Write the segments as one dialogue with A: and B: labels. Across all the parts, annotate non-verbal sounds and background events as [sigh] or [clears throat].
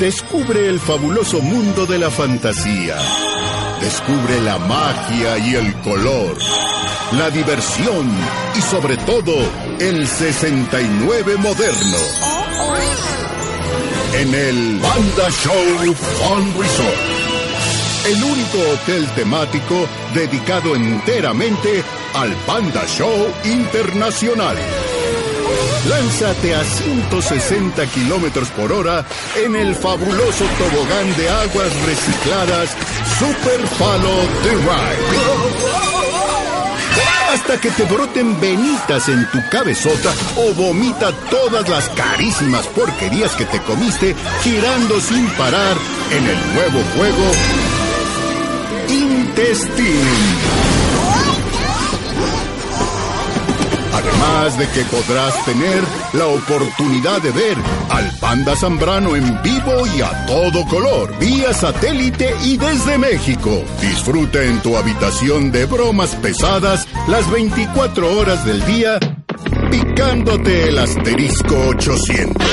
A: Descubre el fabuloso mundo de la fantasía. Descubre la magia y el color, la diversión y sobre todo el 69 moderno. En el Banda Show Fun Resort. El único hotel temático dedicado enteramente al Banda Show Internacional. Lánzate a 160 kilómetros por hora en el fabuloso tobogán de aguas recicladas Super Palo The Ride. Hasta que te broten venitas en tu cabezota o vomita todas las carísimas porquerías que te comiste girando sin parar en el nuevo juego Intestino. Además de que podrás tener la oportunidad de ver al Panda Zambrano en vivo y a todo color, vía satélite y desde México. Disfruta en tu habitación de bromas pesadas las 24 horas del día, picándote el asterisco 800.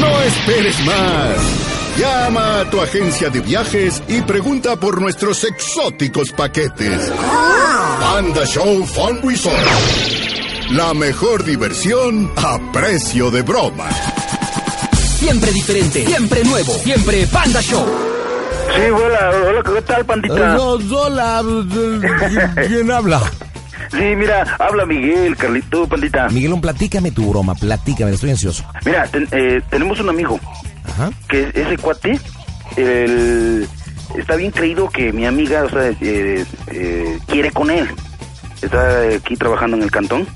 A: No esperes más. Llama a tu agencia de viajes y pregunta por nuestros exóticos paquetes. Panda Show Fun Resort. La mejor diversión a precio de broma.
B: Siempre diferente, siempre nuevo, siempre Panda Show.
C: Sí, hola, hola, ¿qué tal, pandita?
D: Eh, hola, ¿quién habla?
C: [laughs] Sí, mira, habla Miguel, Carlito, pandita.
D: Miguelón, platícame tu broma, platícame, estoy ansioso.
C: Mira, ten- eh, tenemos un amigo
D: Ajá.
C: que ese cuate, el- está bien creído que mi amiga, o sea, eh, eh, quiere con él. Está aquí trabajando en el cantón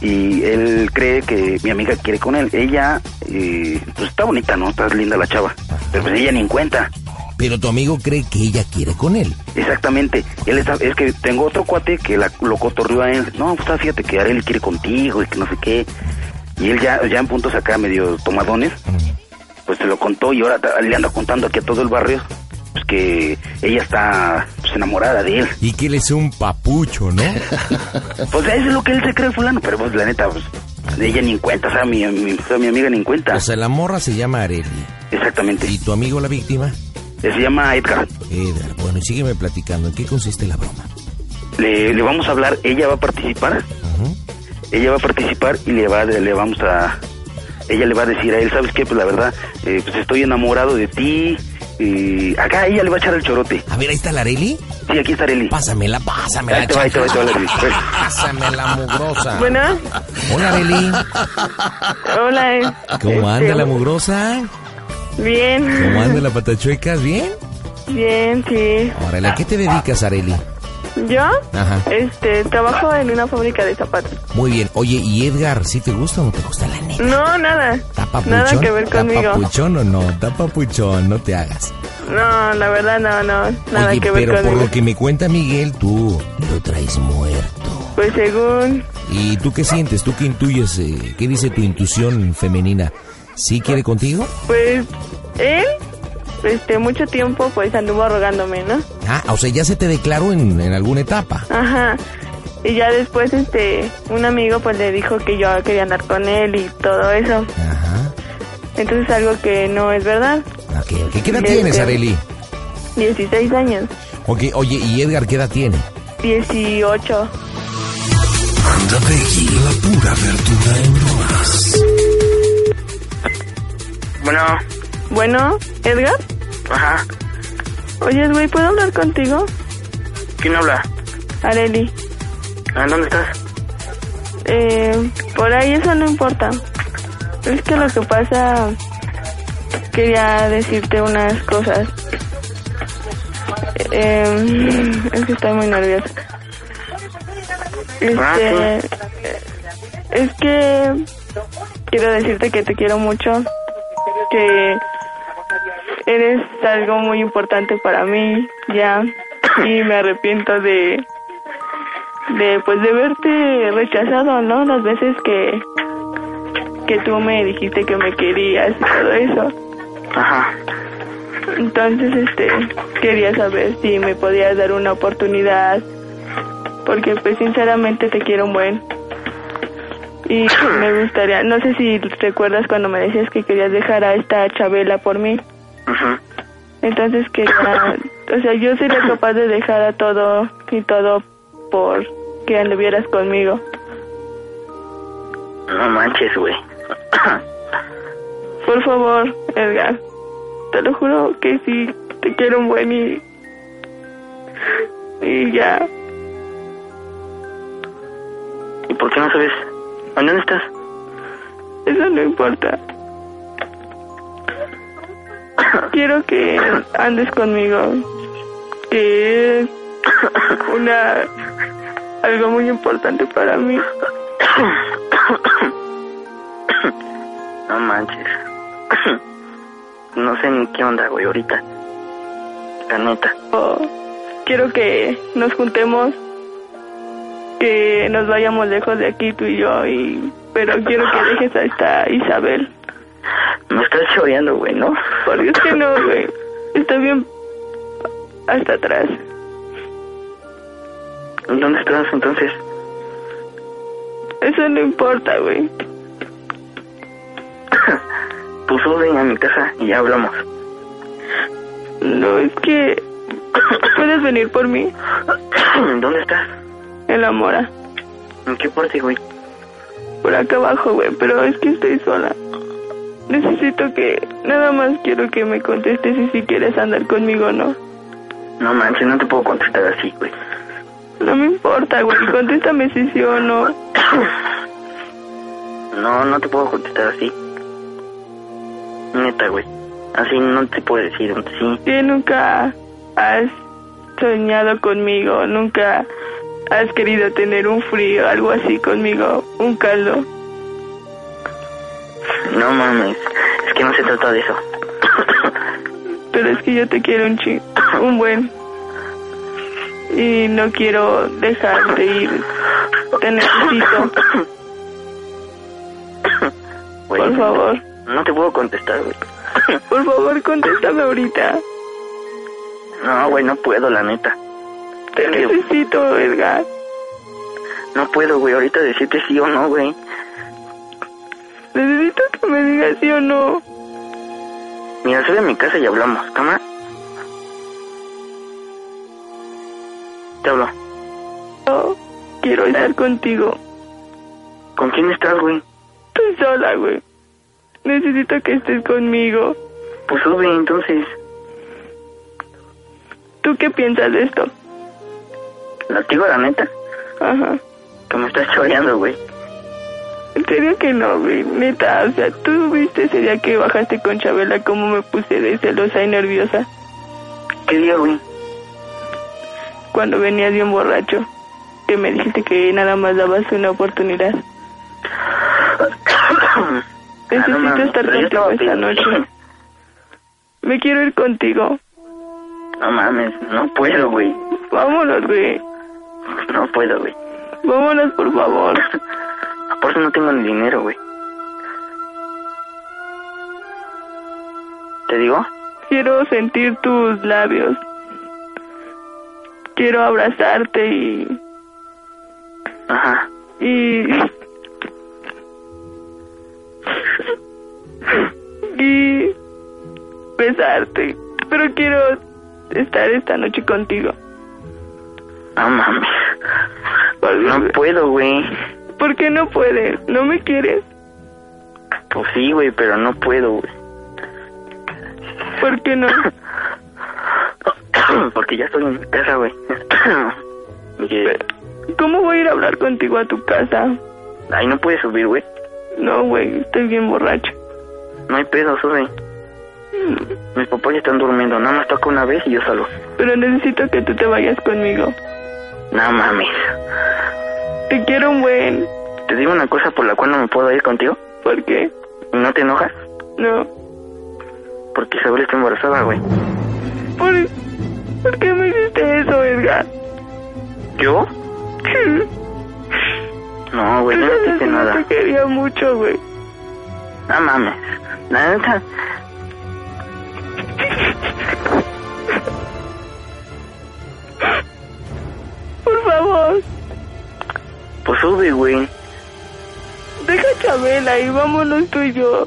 C: y él cree que mi amiga quiere con él. Ella, eh, pues está bonita, ¿no? Está linda la chava, pero pues ella ni en cuenta.
D: Pero tu amigo cree que ella quiere con él.
C: Exactamente. Él está- es que tengo otro cuate que la- lo cotorrió a él. No, pues ah, fíjate que Ariel quiere contigo y que no sé qué. Y él ya, ya en puntos acá medio tomadones, pues se lo contó y ahora ta- le anda contando aquí a todo el barrio pues que ella está pues, enamorada de él.
D: Y que él es un papucho, ¿no?
C: [laughs] Pues eso es lo que él se cree fulano, pero pues la neta, pues ella ni en cuenta, o sea, mi, mi- o sea, mi amiga ni en cuenta.
D: o sea, la morra se llama Areli.
C: Exactamente. Eh,
D: ¿Y tu amigo la víctima?
C: Se llama Edgar.
D: Edgar. Bueno, y sígueme platicando, ¿en qué consiste la broma?
C: Le, le vamos a hablar, ella va a participar.
D: Ajá.
C: ella va a participar y le va le vamos a ella le va a decir a él sabes qué pues la verdad eh, pues estoy enamorado de ti y acá ella le va a echar el chorote
D: A ver, ahí está la Areli.
C: sí aquí está Areli
D: Pásamela, pásamela.
C: Ahí te va, ahí te va, ahí te va,
D: chaval.
C: Areli. Pues.
D: Pásamela, mugrosa.
E: Bueno,
D: Hola, Areli.
E: hola. eh.
D: ¿Cómo anda
E: Este,
D: la mugrosa?
E: Bien,
D: ¿Cómo anda la patachuecas? ¿Bien?
E: bien, sí.
D: Órale, ¿a qué te dedicas, Areli?
E: ¿Yo?
D: Ajá.
E: Este, trabajo en una fábrica de zapatos.
D: Muy bien. Oye, ¿y Edgar, si te gusta o no te gusta la neta?
E: No, nada.
D: ¿Está papuchón?
E: Nada que ver
D: ¿Está
E: conmigo.
D: papuchón o no? ¿Está papuchón? No te hagas.
E: No, la verdad, no, no. Nada
D: Oye,
E: que ver
D: pero por
E: conmigo.
D: lo que me cuenta Miguel, tú lo traes muerto.
E: Pues según.
D: ¿Y tú qué sientes? ¿Tú qué intuyes? eh, ¿Qué dice tu intuición femenina? ¿Sí quiere contigo?
E: Pues él, este, mucho tiempo, pues anduvo rogándome, ¿no?
D: Ah, o sea, ya se te declaró en, en alguna etapa.
E: Ajá. Y ya después, este, un amigo, pues le dijo que yo quería andar con él y todo eso.
D: Ajá.
E: Entonces, algo que no es verdad.
D: Ok, ok. ¿Qué edad
E: Este-
D: tienes, Areli?
E: 16 años.
D: Ok, oye, ¿y Edgar qué edad tiene?
E: 18.
C: bueno
E: Bueno, Edgar.
C: ajá
E: Oye, güey, ¿puedo hablar contigo?
C: quién habla
E: Areli.
C: ¿A dónde estás
E: Eh, por ahí eso no importa. Es que lo que pasa... Quería decirte unas cosas. Eh, es que estoy muy nerviosa. Este, es que quiero decirte que te quiero mucho. Que eres algo muy importante para mí, ya, y me arrepiento de, de pues de verte rechazado, ¿no? Las veces que, que tú me dijiste que me querías y todo eso.
C: Ajá.
E: Entonces, este, quería saber si me podías dar una oportunidad, porque pues sinceramente te quiero un buen. Y me gustaría, no sé si recuerdas cuando me decías que querías dejar a esta Chabela por mí.
C: Ujú.
E: Entonces quería, o sea, yo sería capaz de dejar a todo y todo por que anduvieras conmigo.
C: No manches, güey.
E: Por favor, Edgar, te lo juro que sí, te quiero un buen y... Y ya,
C: ¿Y por qué no sabes? ¿A dónde estás?
E: Eso no importa. Quiero que andes conmigo. Que es una algo muy importante para mí.
C: No manches. [clears throat] No sé ni qué onda, güey, ahorita. La neta.
E: O quiero que nos juntemos. Que nos vayamos lejos de aquí tú y yo. Y, pero quiero que dejes a esta Isabel.
C: Me estás choreando, güey, ¿no?
E: Porque es que no, güey. Está bien hasta atrás.
C: ¿Dónde estás entonces?
E: Eso no importa, güey.
C: Pues solo ven a mi casa y ya hablamos. [clears throat]
E: No, es que... ¿Puedes venir por mí?
C: ¿Dónde estás?
E: En la mora.
C: ¿En qué parte, güey?
E: Por acá abajo, güey. Pero es que estoy sola. Necesito que... Nada más quiero que me contestes y si quieres andar conmigo o no.
C: No manches, no te puedo contestar así, güey. [clears throat]
E: No me importa, güey. Contéstame si sí o no.
C: No, no te puedo contestar así. Neta, güey. Así no te puedo decir un sí.
E: Que nunca has soñado conmigo. Nunca has querido tener un frío, algo así conmigo. Un caldo.
C: No mames. Es que no se trata de eso.
E: Pero es que yo te quiero un ching... [coughs] Un buen... Y no quiero dejarte ir. Te necesito.
C: Güey,
E: Por favor.
C: No te puedo contestar, güey. [clears throat]
E: Por favor, contéstame ahorita.
C: No, güey, no puedo, la neta.
E: Te
C: Es que
E: necesito, Edgar.
C: No puedo, güey, ahorita decirte sí o no, güey.
E: Necesito que me digas sí o no.
C: Mira, sube a mi casa y hablamos, ¿cama? Te hablo.
E: No, quiero estar contigo.
C: ¿Con quién estás, güey?
E: Estoy sola, güey. Necesito que estés conmigo.
C: Pues sube, entonces.
E: ¿Tú qué piensas de esto?
C: ¿La digo la neta?
E: Ajá.
C: Que me estás choreando, güey.
E: En serio que no, güey. Neta, o sea, tú viste ese día que bajaste con Chabela cómo me puse de celosa y nerviosa
C: ¿Qué día, güey? [clears throat]
E: cuando venías bien borracho. Que me dijiste que nada más dabas una oportunidad.
C: Ah, no
E: Necesito
C: mames,
E: estar
C: pero yo
E: contigo
C: estaba
E: esta
C: pedo.
E: noche. Me quiero ir contigo.
C: No mames, no puedo, güey.
E: Vámonos, güey.
C: No puedo, güey. [clears throat]
E: Vámonos, por favor.
C: Por eso no tengo ni dinero, güey. ¿Te digo?
E: Quiero sentir tus labios. Quiero abrazarte y...
C: Ajá.
E: Y... Y... Besarte. Pero quiero estar esta noche contigo.
C: No mames.
E: Por,
C: No puedo, güey.
E: ¿Por qué no puedes? ¿No me quieres?
C: Pues sí, güey, pero no puedo, güey.
E: ¿Por
C: [laughs]
E: qué no?
C: [clears throat] Porque ya estoy en mi casa, güey. [clears throat] Oye,
E: ¿Cómo voy a ir a hablar contigo a tu casa?
C: ahí no puedes subir, güey.
E: No, güey, estoy bien borracho.
C: No hay pedo, sube. Mis papás ya están durmiendo. Nada más toca una vez y yo salgo.
E: Pero necesito que tú te vayas conmigo.
C: No mames.
E: Te quiero un buen.
C: Te digo una cosa por la cual no me puedo ir contigo.
E: ¿Por qué?
C: ¿No te enojas?
E: No.
C: Porque Isabel está embarazada, güey.
E: ¿Por, ¿Por qué me hiciste eso, Edgar?
C: ¿Yo? Pues No, güey,
E: Tú
C: yo no te
E: sabes
C: hice
E: que no
C: nada.
E: te quería mucho, güey.
C: No mames. La neta.
E: Por favor,
C: Pues sube, güey.
E: deja a Chabela y vámonos tú y yo.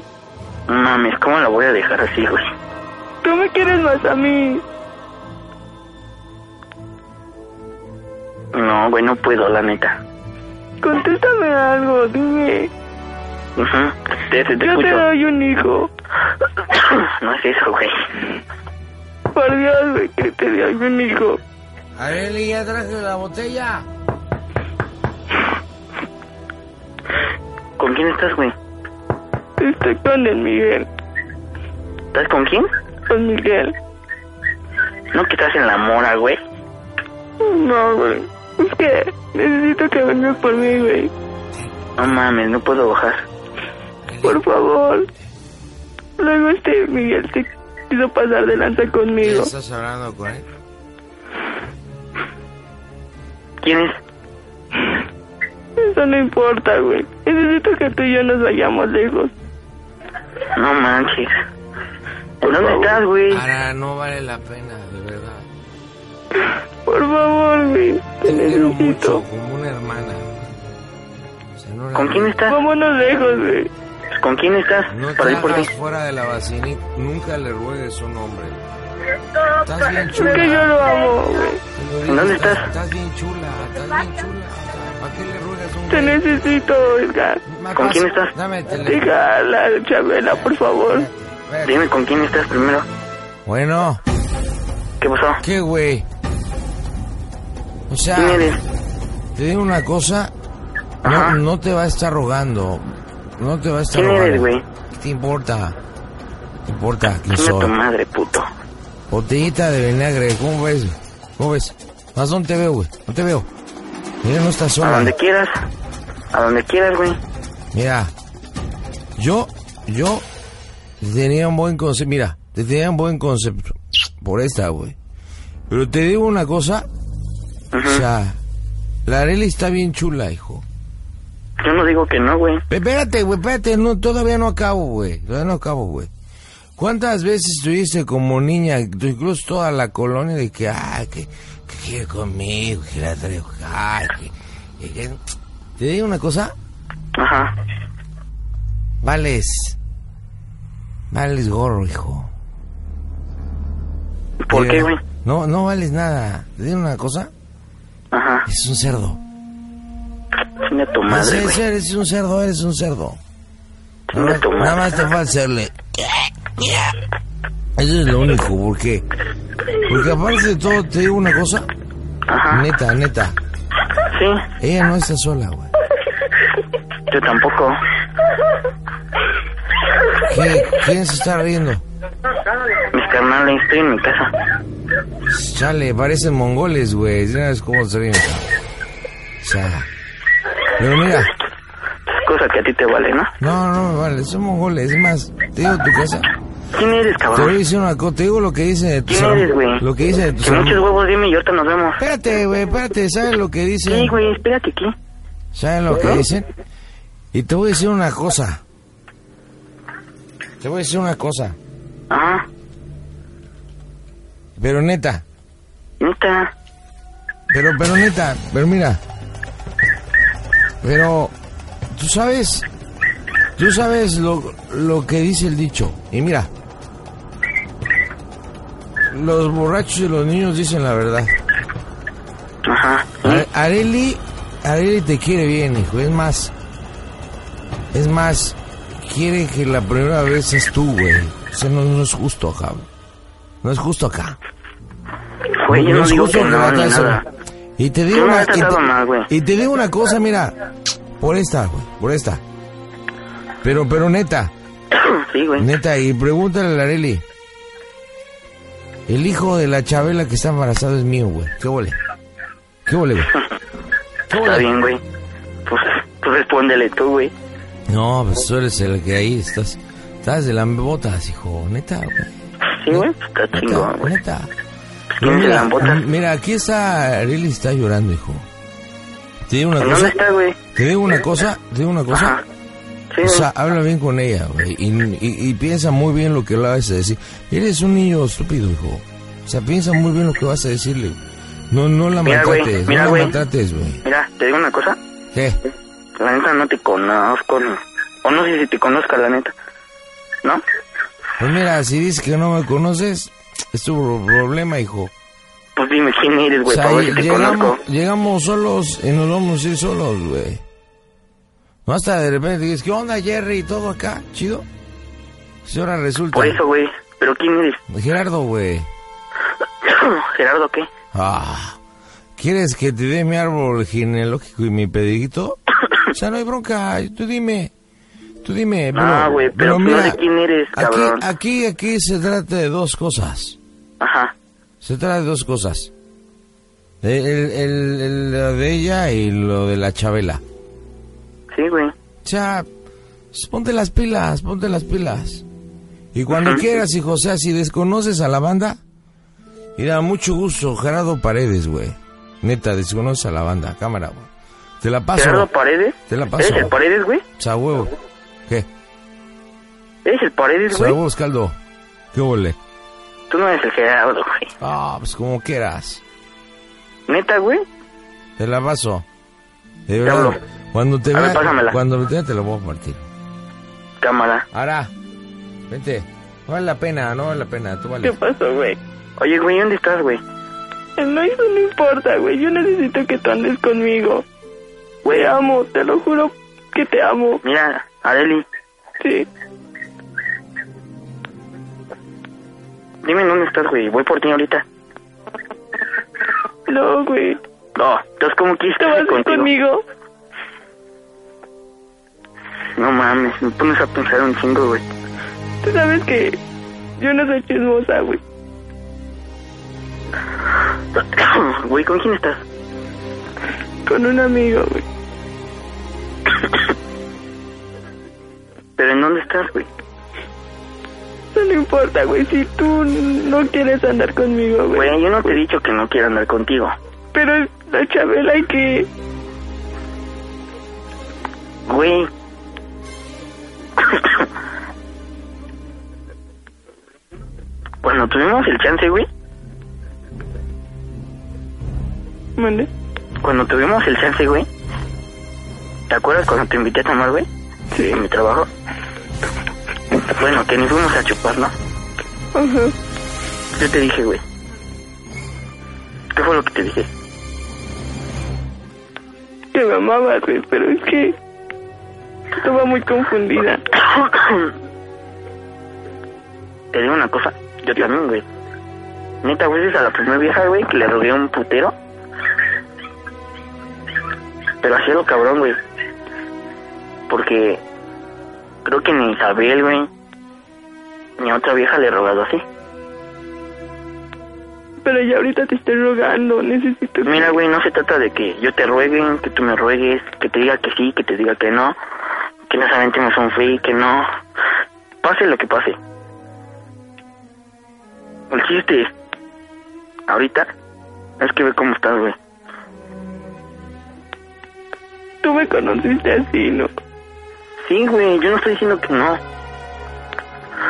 C: No mames, ¿cómo la voy a dejar así, güey?
E: Tú me quieres más a mí.
C: No, güey, no puedo, la neta.
E: Contéstame algo, dime.
C: Ujú. Te, te, te
E: Yo te
C: escucho.
E: doy un hijo.
C: [coughs] no es eso, güey.
E: Por Dios, güey, que te doy un hijo.
D: Areli, ya traje la botella.
C: ¿Con quién estás, güey?
E: Estoy con el Miguel.
C: ¿Estás con quién?
E: Con Miguel.
C: No que estás en la mora, güey.
E: No, güey. Es que necesito que vengas por mí, güey.
C: No mames, no puedo bajar.
E: Por favor. Luego este Miguel te quiso pasar de lanza conmigo.
D: estás hablando con él?
C: ¿Quién es?
E: Eso no importa, güey. Necesito que tú y yo nos vayamos lejos.
C: No manches. ¿En
E: Por
C: dónde
E: favor.
C: estás, güey?
D: Ahora no vale la pena, de verdad.
E: Por favor, güey. Te necesito.
D: como una hermana. O sea, no la-
C: ¿Con quién estás?
E: Vámonos lejos, güey.
C: ¿Con quién estás?
D: No te
C: Para ir por ti.
D: hagas fuera de la vacina y nunca le ruegues un hombre. Estás bien
E: Es que yo
D: chula.
E: lo amo, güey.
D: te lo
C: ¿En
D: digo,
C: dónde estás?
D: Estás bien chula, estás bien chula. ¿Para qué le ruegas a un
E: Te
D: hombre?
E: necesito, Edgar.
C: ¿Con quién estás?
D: Dame el teléfono.
E: Deja a la Chabela, por favor.
C: Dime con quién estás primero.
D: Bueno,
C: ¿Qué pasó?
D: ¿qué, güey? O sea,
C: ¿Quién eres?
D: te digo una cosa.
C: Ajá.
D: No, no te va a estar rogando. No te va a estar
C: ¿Quién
D: rogando.
C: eres, güey?
D: ¿Qué te importa? ¿Te importa quién
C: Dime a tu
D: soy?
C: madre, puto.
D: Botellita de vinagre, ¿cómo ves? ¿Cómo ves? Más no te veo, güey. No te veo. Mira, no estás
C: A
D: sola.
C: donde quieras. A donde quieras, güey.
D: Mira, yo, yo te tenía un buen concepto. Mira, te tenía un buen concepto por esta, güey. Pero te digo una cosa. O sea, la Areli está bien chula, hijo.
C: Yo no digo que no, güey.
D: Espérate, güey, espérate. No, todavía no acabo, güey. Todavía no acabo, güey. ¿Cuántas veces estuviste como niña, tú incluso toda la colonia, de que, ay, que, que quiere conmigo, que la traigo, ay, que- que- que... Te digo una cosa.
C: Ajá.
D: Vales. Vales gorro, hijo.
C: ¿Por
D: Eh,
C: qué, güey?
D: No, no vales nada. Te digo una cosa.
C: Ajá.
D: Es un cerdo.
C: Dime a tu
D: Sí,
C: madre, güey.
D: sí, eres un cerdo, eres un cerdo.
C: Dime a tu madre.
D: Nada más te falta hacerle. Eso es lo único, porque. Porque aparte de todo, te digo una cosa.
C: Ajá.
D: Neta, neta.
C: Sí,
D: Ella no está sola, güey.
C: yo tampoco.
D: ¿Qué- ¿Quién se está riendo?
C: Mis carnales, estoy en mi casa.
D: Chale, parecen mongoles, güey. Ya sabes cómo se ríen. O sea. Pero mira,
C: Es cosa que a ti te vale, ¿no?
D: no, no me vale, son mongoles. Es más, te digo tu casa.
C: ¿Quién eres,
D: Te voy a
C: cabrón?
D: decir una cosa, te digo lo que dice de tus
C: ¿Quién
D: herma-
C: eres, güey?
D: Lo que dice de tus
C: Que muchos
D: hermanos.
C: huevos dime y ahorita nos vemos.
D: Espérate, güey, espérate, ¿sabes lo que
C: Sí,
D: dicen?
C: güey, espérate aquí.
D: ¿Sabes lo que dicen? Y te voy a decir una cosa. Te voy a decir una cosa,
C: Ajá.
D: pero neta,
C: Neta.
D: pero, pero neta, pero mira. Pero, tú sabes, tú sabes lo, lo que dice el dicho. Y mira, los borrachos y los niños dicen la verdad.
C: Ajá.
D: A- Areli, Areli te quiere bien, hijo. Es más, es más, quiere que la primera vez es tú, güey. O sea, no, no es justo acá. güey. No es justo acá.
C: Güey, yo no,
D: es
C: digo
D: justo
C: que
D: la
C: no, ni
D: trates-
C: nada.
D: Y te digo
C: Yo no la
D: una,
C: he
D: y
C: tratado
D: te-
C: mal, güey.
D: y te digo una cosa, mira, por esta, güey, por esta. Pero, pero neta,
C: Sí, güey.
D: neta, y pregúntale a la Areli. El hijo de la Chabela que está embarazado es mío, güey. ¿Qué huele? ¿Qué huele, güey?
C: [laughs]
D: ¿Qué
C: Está
D: huele?
C: bien, güey. Pues, pues respóndele tú, güey.
D: No, pues tú eres el que ahí estás. Estás de botas, hijo, neta, güey.
C: Sí, güey, está chingón, güey.
D: Neta.
C: ¿Quién se
D: Mira,
C: lambota?
D: mira, aquí está Ariel y está llorando, hijo. Te digo una
C: ¿En dónde
D: cosa,
C: está, güey?
D: te digo una cosa, te digo una cosa.
C: Ajá. Sí,
D: O
C: güey.
D: sea, habla bien con ella, güey, y, y- y piensa muy bien lo que le vas a decir. Eres un niño estúpido, hijo. O sea, piensa muy bien lo que vas a decirle. No, no la
C: Mira, güey,
D: maltrates,
C: mira,
D: no la
C: güey.
D: maltrates, güey.
C: Mira, Ah, te digo una cosa.
D: ¿Qué?
C: La neta no te conozco, no. o no sé si te conozca, la neta. ¿No?
D: Pues mira, si dices que no me conoces, es tu pro- problema, hijo.
C: Pues dime quién eres,
D: O
C: güey,
D: sea,
C: para ver si te
D: llegamos,
C: conozco.
D: llegamos solos y nos vamos a ir solos, güey. No hasta de repente dices, ¿qué onda, Jerry? Y todo acá, chido. Si ahora resulta.
C: Por eso, güey. Pero quién eres,
D: Gerardo, güey.
C: Gerardo, ¿qué?
D: Ah, ¿quieres que te dé mi árbol genealógico y
C: [coughs]
D: mi pediguito? O sea, no hay bronca, tú dime. Tú dime,
C: No, Ah, güey, pero tú no de quién eres,
D: aquí,
C: cabrón.
D: aquí, aquí se trata de dos cosas.
C: Ajá.
D: Se trata de dos cosas. El, el- el- lo de ella y lo de la Chabela.
C: Sí, güey.
D: O sea, pues, ponte las pilas, ponte las pilas. Y cuando quieras, hijo, o sea, si desconoces a la banda, mira, mucho gusto, Gerardo Paredes, güey. Neta, desconoces a la banda, cámara, güey. Te la paso.
C: Gerardo Paredes.
D: Te la
C: ¿Eres
D: paso.
C: el Paredes, güey?
D: O sea, huevo. ¿Qué?
C: ¿Eres el
D: O
C: Paredes,
D: sea,
C: güey?
D: huevos, caldo. ¿Qué huele?
C: Tú no eres el Gerardo, güey.
D: Ah, pues como quieras.
C: ¿Neta, güey?
D: Te la paso. De
C: Te hablo.
D: verdad. Cuando te
C: A ver,
D: vea,
C: pásamela.
D: cuando te vea, te la voy a partir.
C: Cámara.
D: Ahora, vente. No vale la pena, no vale la pena, tú
E: ¿Qué
D: vale.
E: pasó, güey?
C: Oye, güey, ¿dónde estás, güey?
E: No, eso no importa, güey. Yo necesito que tú andes conmigo.
C: Güey,
E: Te amo, te lo juro que te amo.
C: mira, Areli,
E: Sí.
C: dime dónde estás, güey. Voy por ti ahorita.
E: No, güey.
C: No, entonces, ¿cómo quieres
E: ¿Te
C: que
E: vas a
C: esté
E: ir
C: contigo?
E: conmigo?
C: No mames, me pones a pensar un chingo, güey. [coughs]
E: Tú sabes que yo no soy chismosa, güey.
C: Güey, ¿con quién estás?
E: Con un amigo, güey.
C: ¿Pero en dónde estás, güey?
E: Eso no importa, güey. Si tú no quieres andar conmigo, güey.
C: Güey, yo no te he dicho que no quiero andar contigo.
E: Pero es la Chabela que...
C: Güey. Cuando tuvimos el chance, güey.
E: ¿Mande?
C: Cuando tuvimos el chance, güey. ¿Te acuerdas cuando te invité a tomar, güey?
E: Sí.
C: En mi trabajo. Bueno, que nos fuimos a chupar, ¿no?
E: Ajá.
C: Yo te dije, güey. ¿Qué fue lo que te dije?
E: Que me amabas, güey. Pero es que... Estaba muy confundida.
C: Te digo una cosa, yo también, güey. Neta, güey, es a la primera vieja, güey, que le rogué un putero. Pero así a lo cabrón, güey. Porque creo que ni Isabel, güey, ni a otra vieja le he rogado así.
E: Pero ya ahorita te estoy rogando. Necesito... que-
C: Pues Mira, güey, no se trata de que yo te ruegue, que tú me ruegues, que te diga que sí, que te diga que no, que nos aventemos un free, que no. Pase lo que pase. El chiste es, ahorita, es que ve cómo estás, güey.
E: Tú me conociste así, ¿no?
C: Sí, güey, yo no estoy diciendo que no.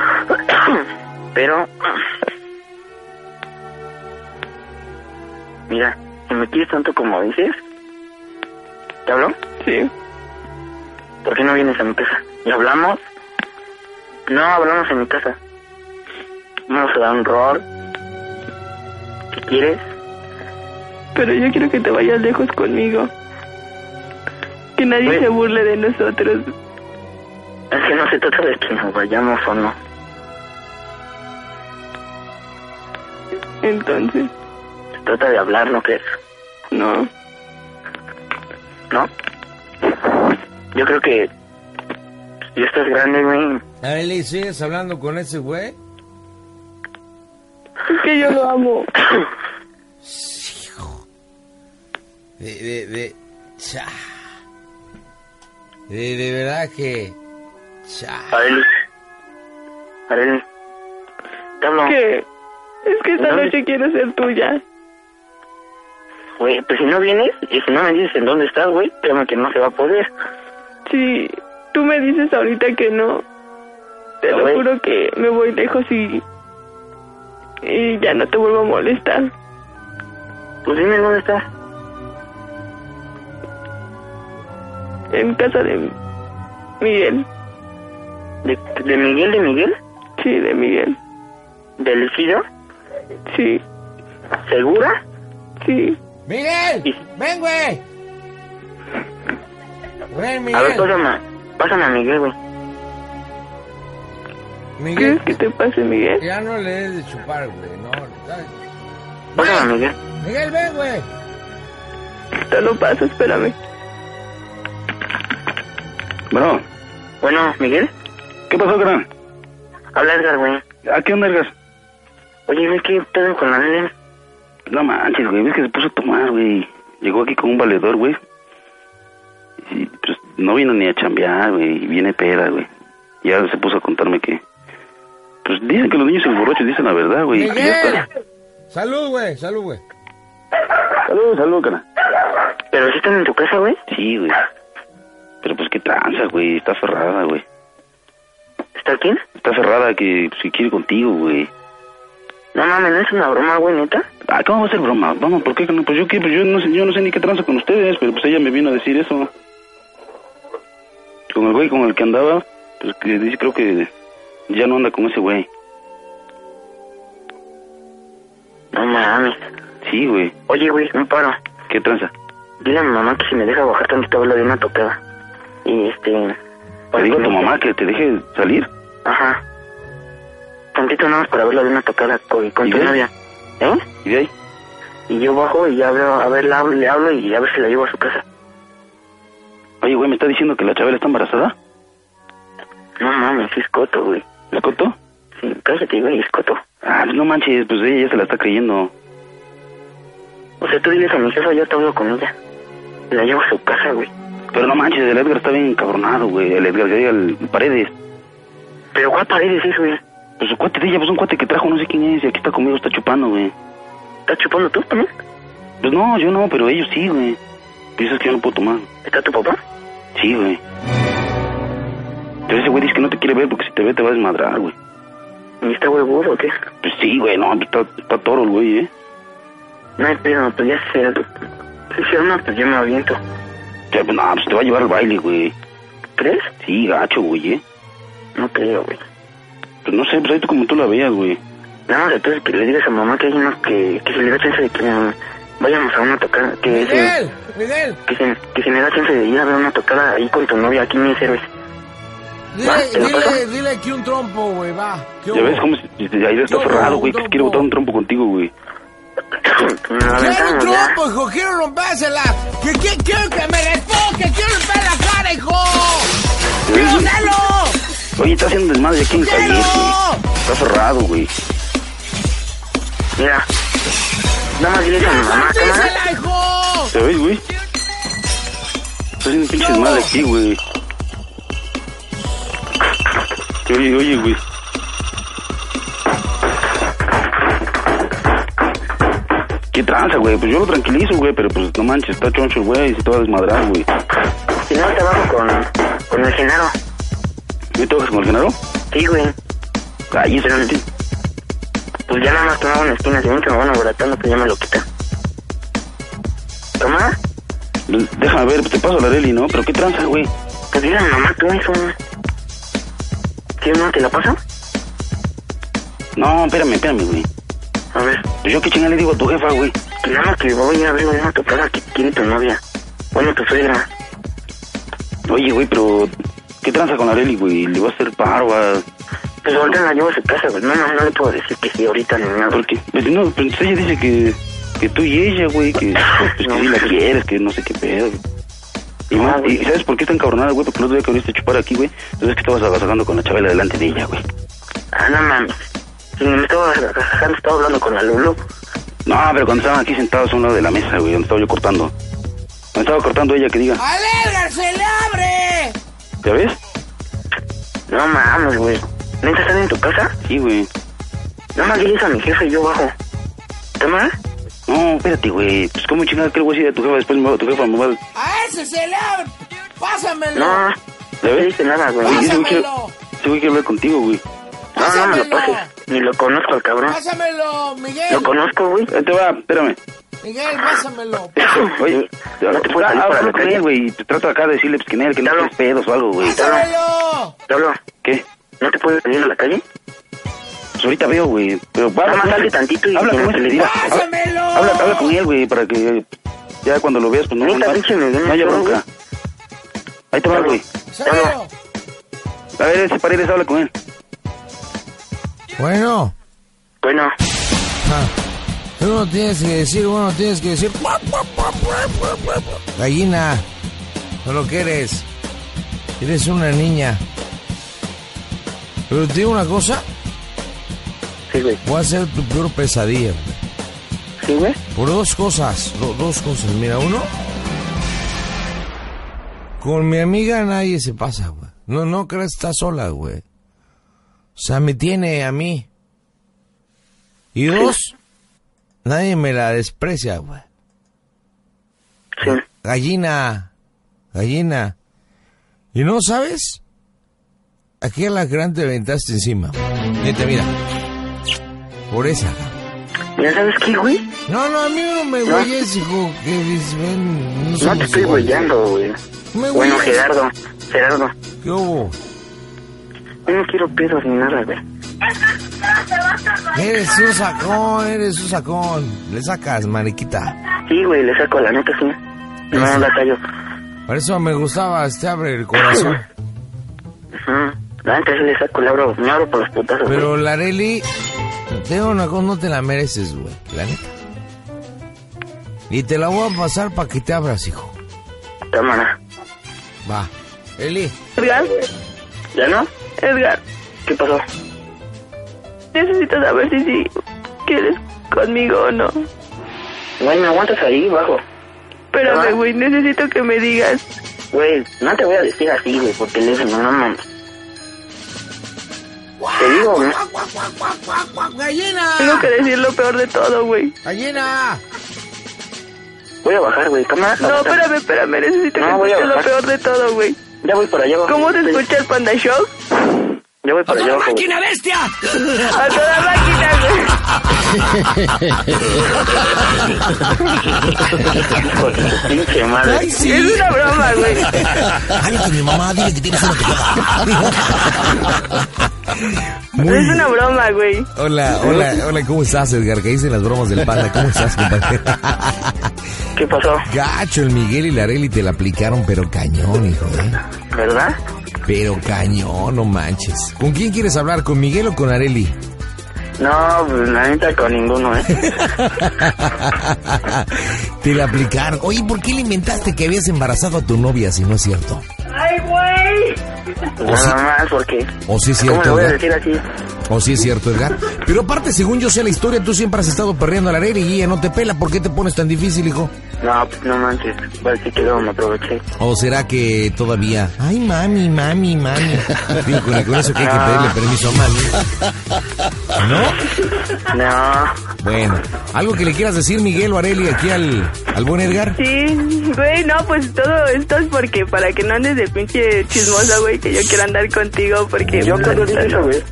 C: [coughs] Pero... [coughs] Mira, si me quieres tanto como dices, ¿te hablo?
E: Sí.
C: ¿Por qué no vienes a mi casa? ¿Y hablamos? No, hablamos en mi casa. Vamos a dar un rol. Si quieres,
E: Pero yo quiero que te vayas lejos conmigo. Que nadie
C: Güey.
E: se burle de nosotros.
C: es que no se trata de que nos vayamos o no.
E: Entonces,
C: Se trata de hablar, ¿no crees?
E: no.
C: ¿No? Yo creo que ya estás grande, güey.
D: Ariel, ¿sigues hablando con ese güey?
E: Es que yo lo amo.
D: De, de, de, cha. De, de verdad que, cha.
C: Adeli,
E: Arel, te hablo.
F: Que es que esta
E: ¿Dónde?
F: noche quiero ser tuya.
E: Güey, pues si no vienes y si no me dices en dónde estás, güey, créeme que no se va a poder.
F: Si tú me dices ahorita que no, te
E: A
F: lo
E: ver.
F: juro que me voy lejos y, y ya no te vuelvo a molestar.
E: Pues dime dónde estás.
F: En casa de Miguel.
E: ¿De, de Miguel, de Miguel?
F: Sí, de Miguel.
E: ¿Del Fido?
F: Sí,
E: ¿Segura?
F: sí.
E: Y-
D: ¡Miguel! ¡Ven, güey! Ven,
E: A ver,
D: Miguel.
E: pásame, pásame a Miguel, güey.
D: Miguel,
F: ¿Quieres que te pase, Miguel?
D: ya no le des de chupar, güey. No, dale.
E: Pásame a Miguel.
D: Miguel, ven, güey.
F: Te lo paso, espérame.
C: Bueno,
E: Bueno, Miguel,
C: ¿qué pasó, gran?
E: habla Edgar, güey.
C: ¿A qué onda, Edgar?
E: Oye, ve qué pedo con la nena.
C: No manches, güey, ves que se puso a tomar, güey. Llegó aquí con un valedor, güey. Y pues no vino ni a chambear, güey, y viene peda, güey. Y ahora se puso a contarme que... Pues dicen que los niños borrachos dicen la verdad, güey. y que ya está.
D: Salud, güey. Salud, güey.
C: Salud, salud, cara.
E: ¿Pero si están en tu casa, güey?
C: Sí, güey. Pero pues qué tranza, güey, está cerrada, güey.
E: ¿Está quién?
C: Está cerrada que si quiere contigo, güey.
E: No mames, no es una broma, güey, neta.
C: Ah, ¿cómo va a ser broma? Vamos, ¿por qué? que no? Pues yo, qué, pues yo, no sé, yo no sé ni qué tranza con ustedes, pero pues ella me vino a decir eso. Con el güey con el que andaba, pues que dice, creo que ya no anda con ese güey.
E: No mames.
C: Sí, güey,
E: Oye, güey, un paro.
C: qué tranza.
E: Dile a mi mamá que si me deja bajar tantito habla de una tocada. Y este...
C: Le digo a tu mamá que te deje salir.
E: Ajá. Tantito nada más para verla de una tocada con, con
C: ¿Y
E: tu
C: ve?
E: novia. ¿Eh?
C: Y de ahí,
E: Y yo bajo y ya veo, a ver, le hablo, le hablo y a ver si la llevo a su casa.
C: oye, güey, me está diciendo que la Chabela está embarazada.
E: No mames, sí es coto, güey.
C: ¿La contó?
E: Sí, cállate, güey, es coto.
C: Ah, no manches, pues ella ya se la está creyendo.
E: O sea, tú diles a mi jefa, yo te hablo con ella. La llevo a su casa, güey.
C: Pero no manches, el Edgar está bien encabronado, güey. El Edgar, que diga el Paredes.
E: Pero ¿cuál paredes es, güey?
C: Pues su cuate de ella, pues un cuate que trajo, no sé quién es, y aquí está conmigo, está chupando, güey.
E: ¿Estás chupando tú también?
C: Pues no, yo no, pero ellos sí, güey. Dices que yo no puedo tomar.
E: ¿Está tu papá?
C: Sí, güey. Pero ese güey dice que no te quiere ver porque si te ve te va a desmadrar, güey.
E: ¿Y está huevudo o qué?
C: Pues sí, güey, no, está, está toro el güey, ¿eh?
E: No hay pedo, pues ya se... Si se arma, pues yo me aviento.
C: O sea, pues no, pues te va a llevar al baile, güey.
E: ¿Crees?
C: Sí, gacho, güey, ¿eh?
E: No creo, güey.
C: Pues no sé, pues ahí tú como tú la veas, güey.
E: Nada más entonces que le digas a mamá que hay unos que, que se le da chance de que mm, vayamos a una tocada, que se,
D: Miguel, Miguel.
E: que, se, que se le da chance de ir a ver una tocada ahí con tu novia aquí en mis héroes. Va,
D: Dile,
E: ¿te lo
D: dile,
E: paso?
D: dile que un trompo, güey, va. ¿Qué
C: Ya
D: hubo?
C: ves cómo se- se- ahí está
D: No,
C: cerrado,
D: no,
C: güey, que
D: no,
C: se quiere
D: no.
C: botar un trompo contigo, güey.
E: Nos
D: Quiero un
E: aventamos ya.
D: trompo, hijo, quiero rompérsela. Que, que, quiero que me desfoque, quiero romper la cara, hijo. ¡Quiero hacerlo!
C: Oye, está haciendo desmadre aquí en el taller, güey.
D: ¡Quiero!
C: Está cerrado, güey.
E: Mira, nada más dile a mi mamá, cámara.
D: ¡Dísela, hijo!
C: ¿Te ves, güey? Está haciendo pinche desmadre aquí, güey. Oye, oye, güey. ¿Qué tranza, güey? Pues yo lo tranquilizo, güey, pero pues no manches, está choncho, güey, y se te va a desmadrar, güey.
E: Si no, te bajo con, con el Genaro.
C: ¿Me tocas con el Genaro?
E: Pues Sí, güey.
C: Ay, ese
E: Pero-
C: gente.
E: Pues ya nada más tomaba una esquina, si mucho me van abaratando, pues ya me lo quita. ¿Cámara?
C: Pues, Déjame ver, pues te paso la Areli, ¿no? Pero qué tranza, güey.
E: Pues dile a mi mamá tú eso. ¿Sí no te la paso?
C: No, espérame, espérame, güey.
E: A ver.
C: Pues yo qué chingada le digo a tu jefa, güey.
E: Que Nada más que voy a ver una tocada que quiere tu novia. Bueno, tu suegra.
C: Oye, güey, pero. ¿Qué tranza con la Areli, güey? ¿Le va a hacer paro a.?
E: Pues ahorita la llevo a su casa, güey. No, no, no le puedo decir que sí ahorita ni nada.
C: Porque, pues, no, pero entonces ella dice que, que tú y ella, güey, que, pues, que
E: [laughs] No.
C: sí la quieres, que no sé qué pedo. güey. Y,
E: No,
C: más-
E: güey.
C: y ¿sabes por qué está encabronada, güey? Porque el otro día que viniste a chupar aquí, güey, entonces que estabas agasajando con la chavela delante de ella, güey.
E: Ah, no mames. Si me estaba agasajando, estaba hablando con la Lulu.
C: No, pero cuando estaban aquí sentados a un lado de la mesa, güey, donde estaba yo cortando. Cuando estaba cortando ella que diga,
D: ¡Alérgarse, le abre!
C: ¿ya ves?
E: No mames, güey.
G: ¿Neta están en tu casa?
H: Sí, güey.
G: Nada más diles a mi jefe y yo bajo. ¿Te más?
H: No, espérate, güey. Pues cómo chingada que el güey si a tu jefa después me va, tu jefa me va.
I: ¡A ese se le abre! ¡Pásamelo!
G: No,
H: ¿Ya
G: no
H: ves?
G: dice nada, güey.
H: Oye, ese güey quiere-
I: ¡Pásamelo!
H: ese güey quiere hablar contigo, güey.
G: No, no me lo
I: Pásamelo.
G: pases. Ni lo conozco al cabrón.
I: ¡Pásamelo, Miguel!
G: Lo conozco, güey.
H: Ahí te va, espérame.
I: ¡Miguel, pásamelo!
H: [coughs] Oye,
G: No te puedes salir
H: ah,
G: para
H: hablo
G: la
H: con
G: calle.
H: él, güey. y Te trato acá de decirle pues, que él, que no
G: Claro.
H: tienes pedos o algo, güey.
I: ¡Pásamelo!
G: Pablo,
H: ¿Qué?
G: ¿no te puedes salir a la calle?
H: Pues ahorita veo, güey. Pero va,
G: Nada más
H: habla con
G: salte
H: él.
G: tantito y
H: habla
G: como
H: con
G: se le
H: él.
G: diga.
I: ¡Pásamelo!
H: Habla, habla con él, güey, para que ya cuando lo veas, pues no,
G: Neta,
H: no,
G: pinche me viene
H: no haya
G: todo,
H: bronca.
G: güey.
H: Ahí te va, güey.
I: ¡Pásamelo!
H: A ver, ese paredes, habla con él.
D: Bueno,
G: Bueno,
D: ah, tú no tienes que decir, bueno, tienes que decir. Gallina, no lo que eres. Eres una niña. Pero te digo una cosa,
G: sí, güey.
D: voy a ser tu peor pesadilla. güey.
G: ¿Sí, güey?
D: Por dos cosas, do- dos cosas. Mira, uno, con mi amiga nadie se pasa, güey. No, no creas que está sola, güey. O sea, me tiene a mí. Y dos, nadie me la desprecia, güey.
G: Sí.
D: Gallina, gallina. ¿Y no sabes? Aquí a la gran te aventaste encima. Neta, mira. Por esa, cabrón.
G: ¿Ya sabes qué, güey?
D: No, no, a mí no me güeyes, hijo. Que dices, ven, no,
G: No te
D: somos
G: estoy
D: iguales.
G: huellando, güey.
D: Me
G: Bueno,
D: güeyes.
G: Gerardo, Gerardo,
D: ¿Qué hubo?
G: yo no quiero pedos ni nada, güey.
D: Eres un sacón, eres un sacón. Le sacas, maniquita.
G: Sí, güey, le saco la neta, sí. No, la callo.
D: Por eso me gustaba, te abre el corazón.
G: Ujú. Antes le saco, le abro, me abro por los putazos, güey.
D: Pero Lareli, te digo una cosa, no te la mereces, güey, la neta. Y te la voy a pasar para que te abras, hijo.
G: Cámara.
D: Va. Eli,
E: Edgar,
G: ¿Ya no?
E: Edgar,
G: ¿Qué pasó?
E: necesito saber si, si quieres conmigo o no.
G: Güey, me aguantas ahí, bajo.
E: Espérame,
G: Ah.
E: güey, necesito que me digas.
G: Güey, no te voy a decir así, güey, por teléfono, no mames. Te digo, ¿no?
I: ¡Guau, guau, guau, guau, guau, guau! ¡Gallina!
E: Tengo que decir lo peor de todo, güey.
I: ¡Gallina!
G: voy a bajar, güey,
D: [laughs]
G: cámara.
E: No, espérame, espérame, necesito
G: No,
E: que
G: voy a
E: escuches lo
G: bajar.
E: peor de todo, güey.
G: Ya voy para allá abajo.
E: ¿Cómo se
G: Estoy-
E: escucha el Panda Show?
G: Ya voy para allá abajo, güey.
I: ¡Máquina bestia!
E: A toda máquina, güey.
G: Hijo de su pinche madre.
E: Es una broma, güey.
I: Háblate mi mamá, dile que tienes una
E: Es una broma, güey.
D: hola, hola, hola, ¿cómo estás, Edgar? ¿Qué dicen las bromas del panda? ¿Cómo estás, compadre?
G: ¿Qué pasó?
D: Gacho, el Miguel y la Areli te la aplicaron, pero cañón, hijo, ¿eh?
G: ¿Verdad?
D: Pero cañón, no manches. ¿Con quién quieres hablar? ¿Con Miguel o con Areli?
G: No, pues, la neta con ninguno,
D: [laughs]
G: ¿eh?
D: te la aplicaron. Oye, ¿por qué le inventaste que habías embarazado a tu novia si no es cierto?
E: Ay, güey.
G: Nada
D: sí.
G: más, porque...
D: ¿O si es
G: ¿Cómo le
D: cierto, ¿eh?
G: voy a
D: Edgar?
G: decir así?
D: O si es cierto, Edgar. Pero aparte, según yo sé la historia, tú siempre has estado perdiendo a la Areli y ella no te pela. ¿Por qué te pones tan difícil, hijo?
G: No, pues, no manches. Parece que luego me aproveché.
D: ¿O será que todavía... Ay, mami, mami, mami. Digo, con, con eso que hay que pedirle permiso a mami. ¿No?
G: No,
D: Bueno, ¿algo que le quieras decir, Miguel o Areli, aquí al, al buen Edgar?
E: Sí, güey, no, pues todo esto es porque para que no andes de pinche chismosa, güey, que yo quiero andar contigo porque...
G: yo creo que dije eso, güey.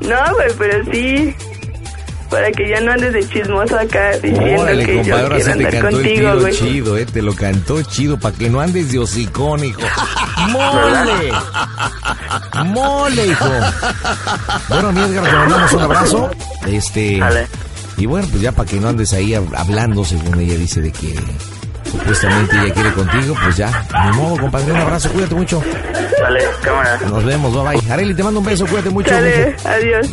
E: No, güey, pero sí. Para que ya no andes de chismoso acá diciendo
D: Órale,
E: que
D: compadre,
E: yo
D: ahora
E: quiero
D: sí te
E: andar
D: cantó el
E: contigo,
D: tiro
E: güey.
D: chido, eh, te lo cantó chido, para que no andes de hocicón,
E: [laughs]
D: hijo. ¡Mole! ¡Mole, hijo! Bueno, mi Edgar, te mandamos un abrazo. Este...
G: Dale.
D: Y bueno, pues ya para que no andes ahí hab- hablando, según ella dice, de que supuestamente ella quiere contigo, pues ya. Ni modo, compadre, un abrazo, cuídate mucho.
G: Vale, cámara.
D: Nos vemos, bye bye. Areli, te mando un beso, cuídate mucho.
E: Sale,
D: mucho.
E: adiós.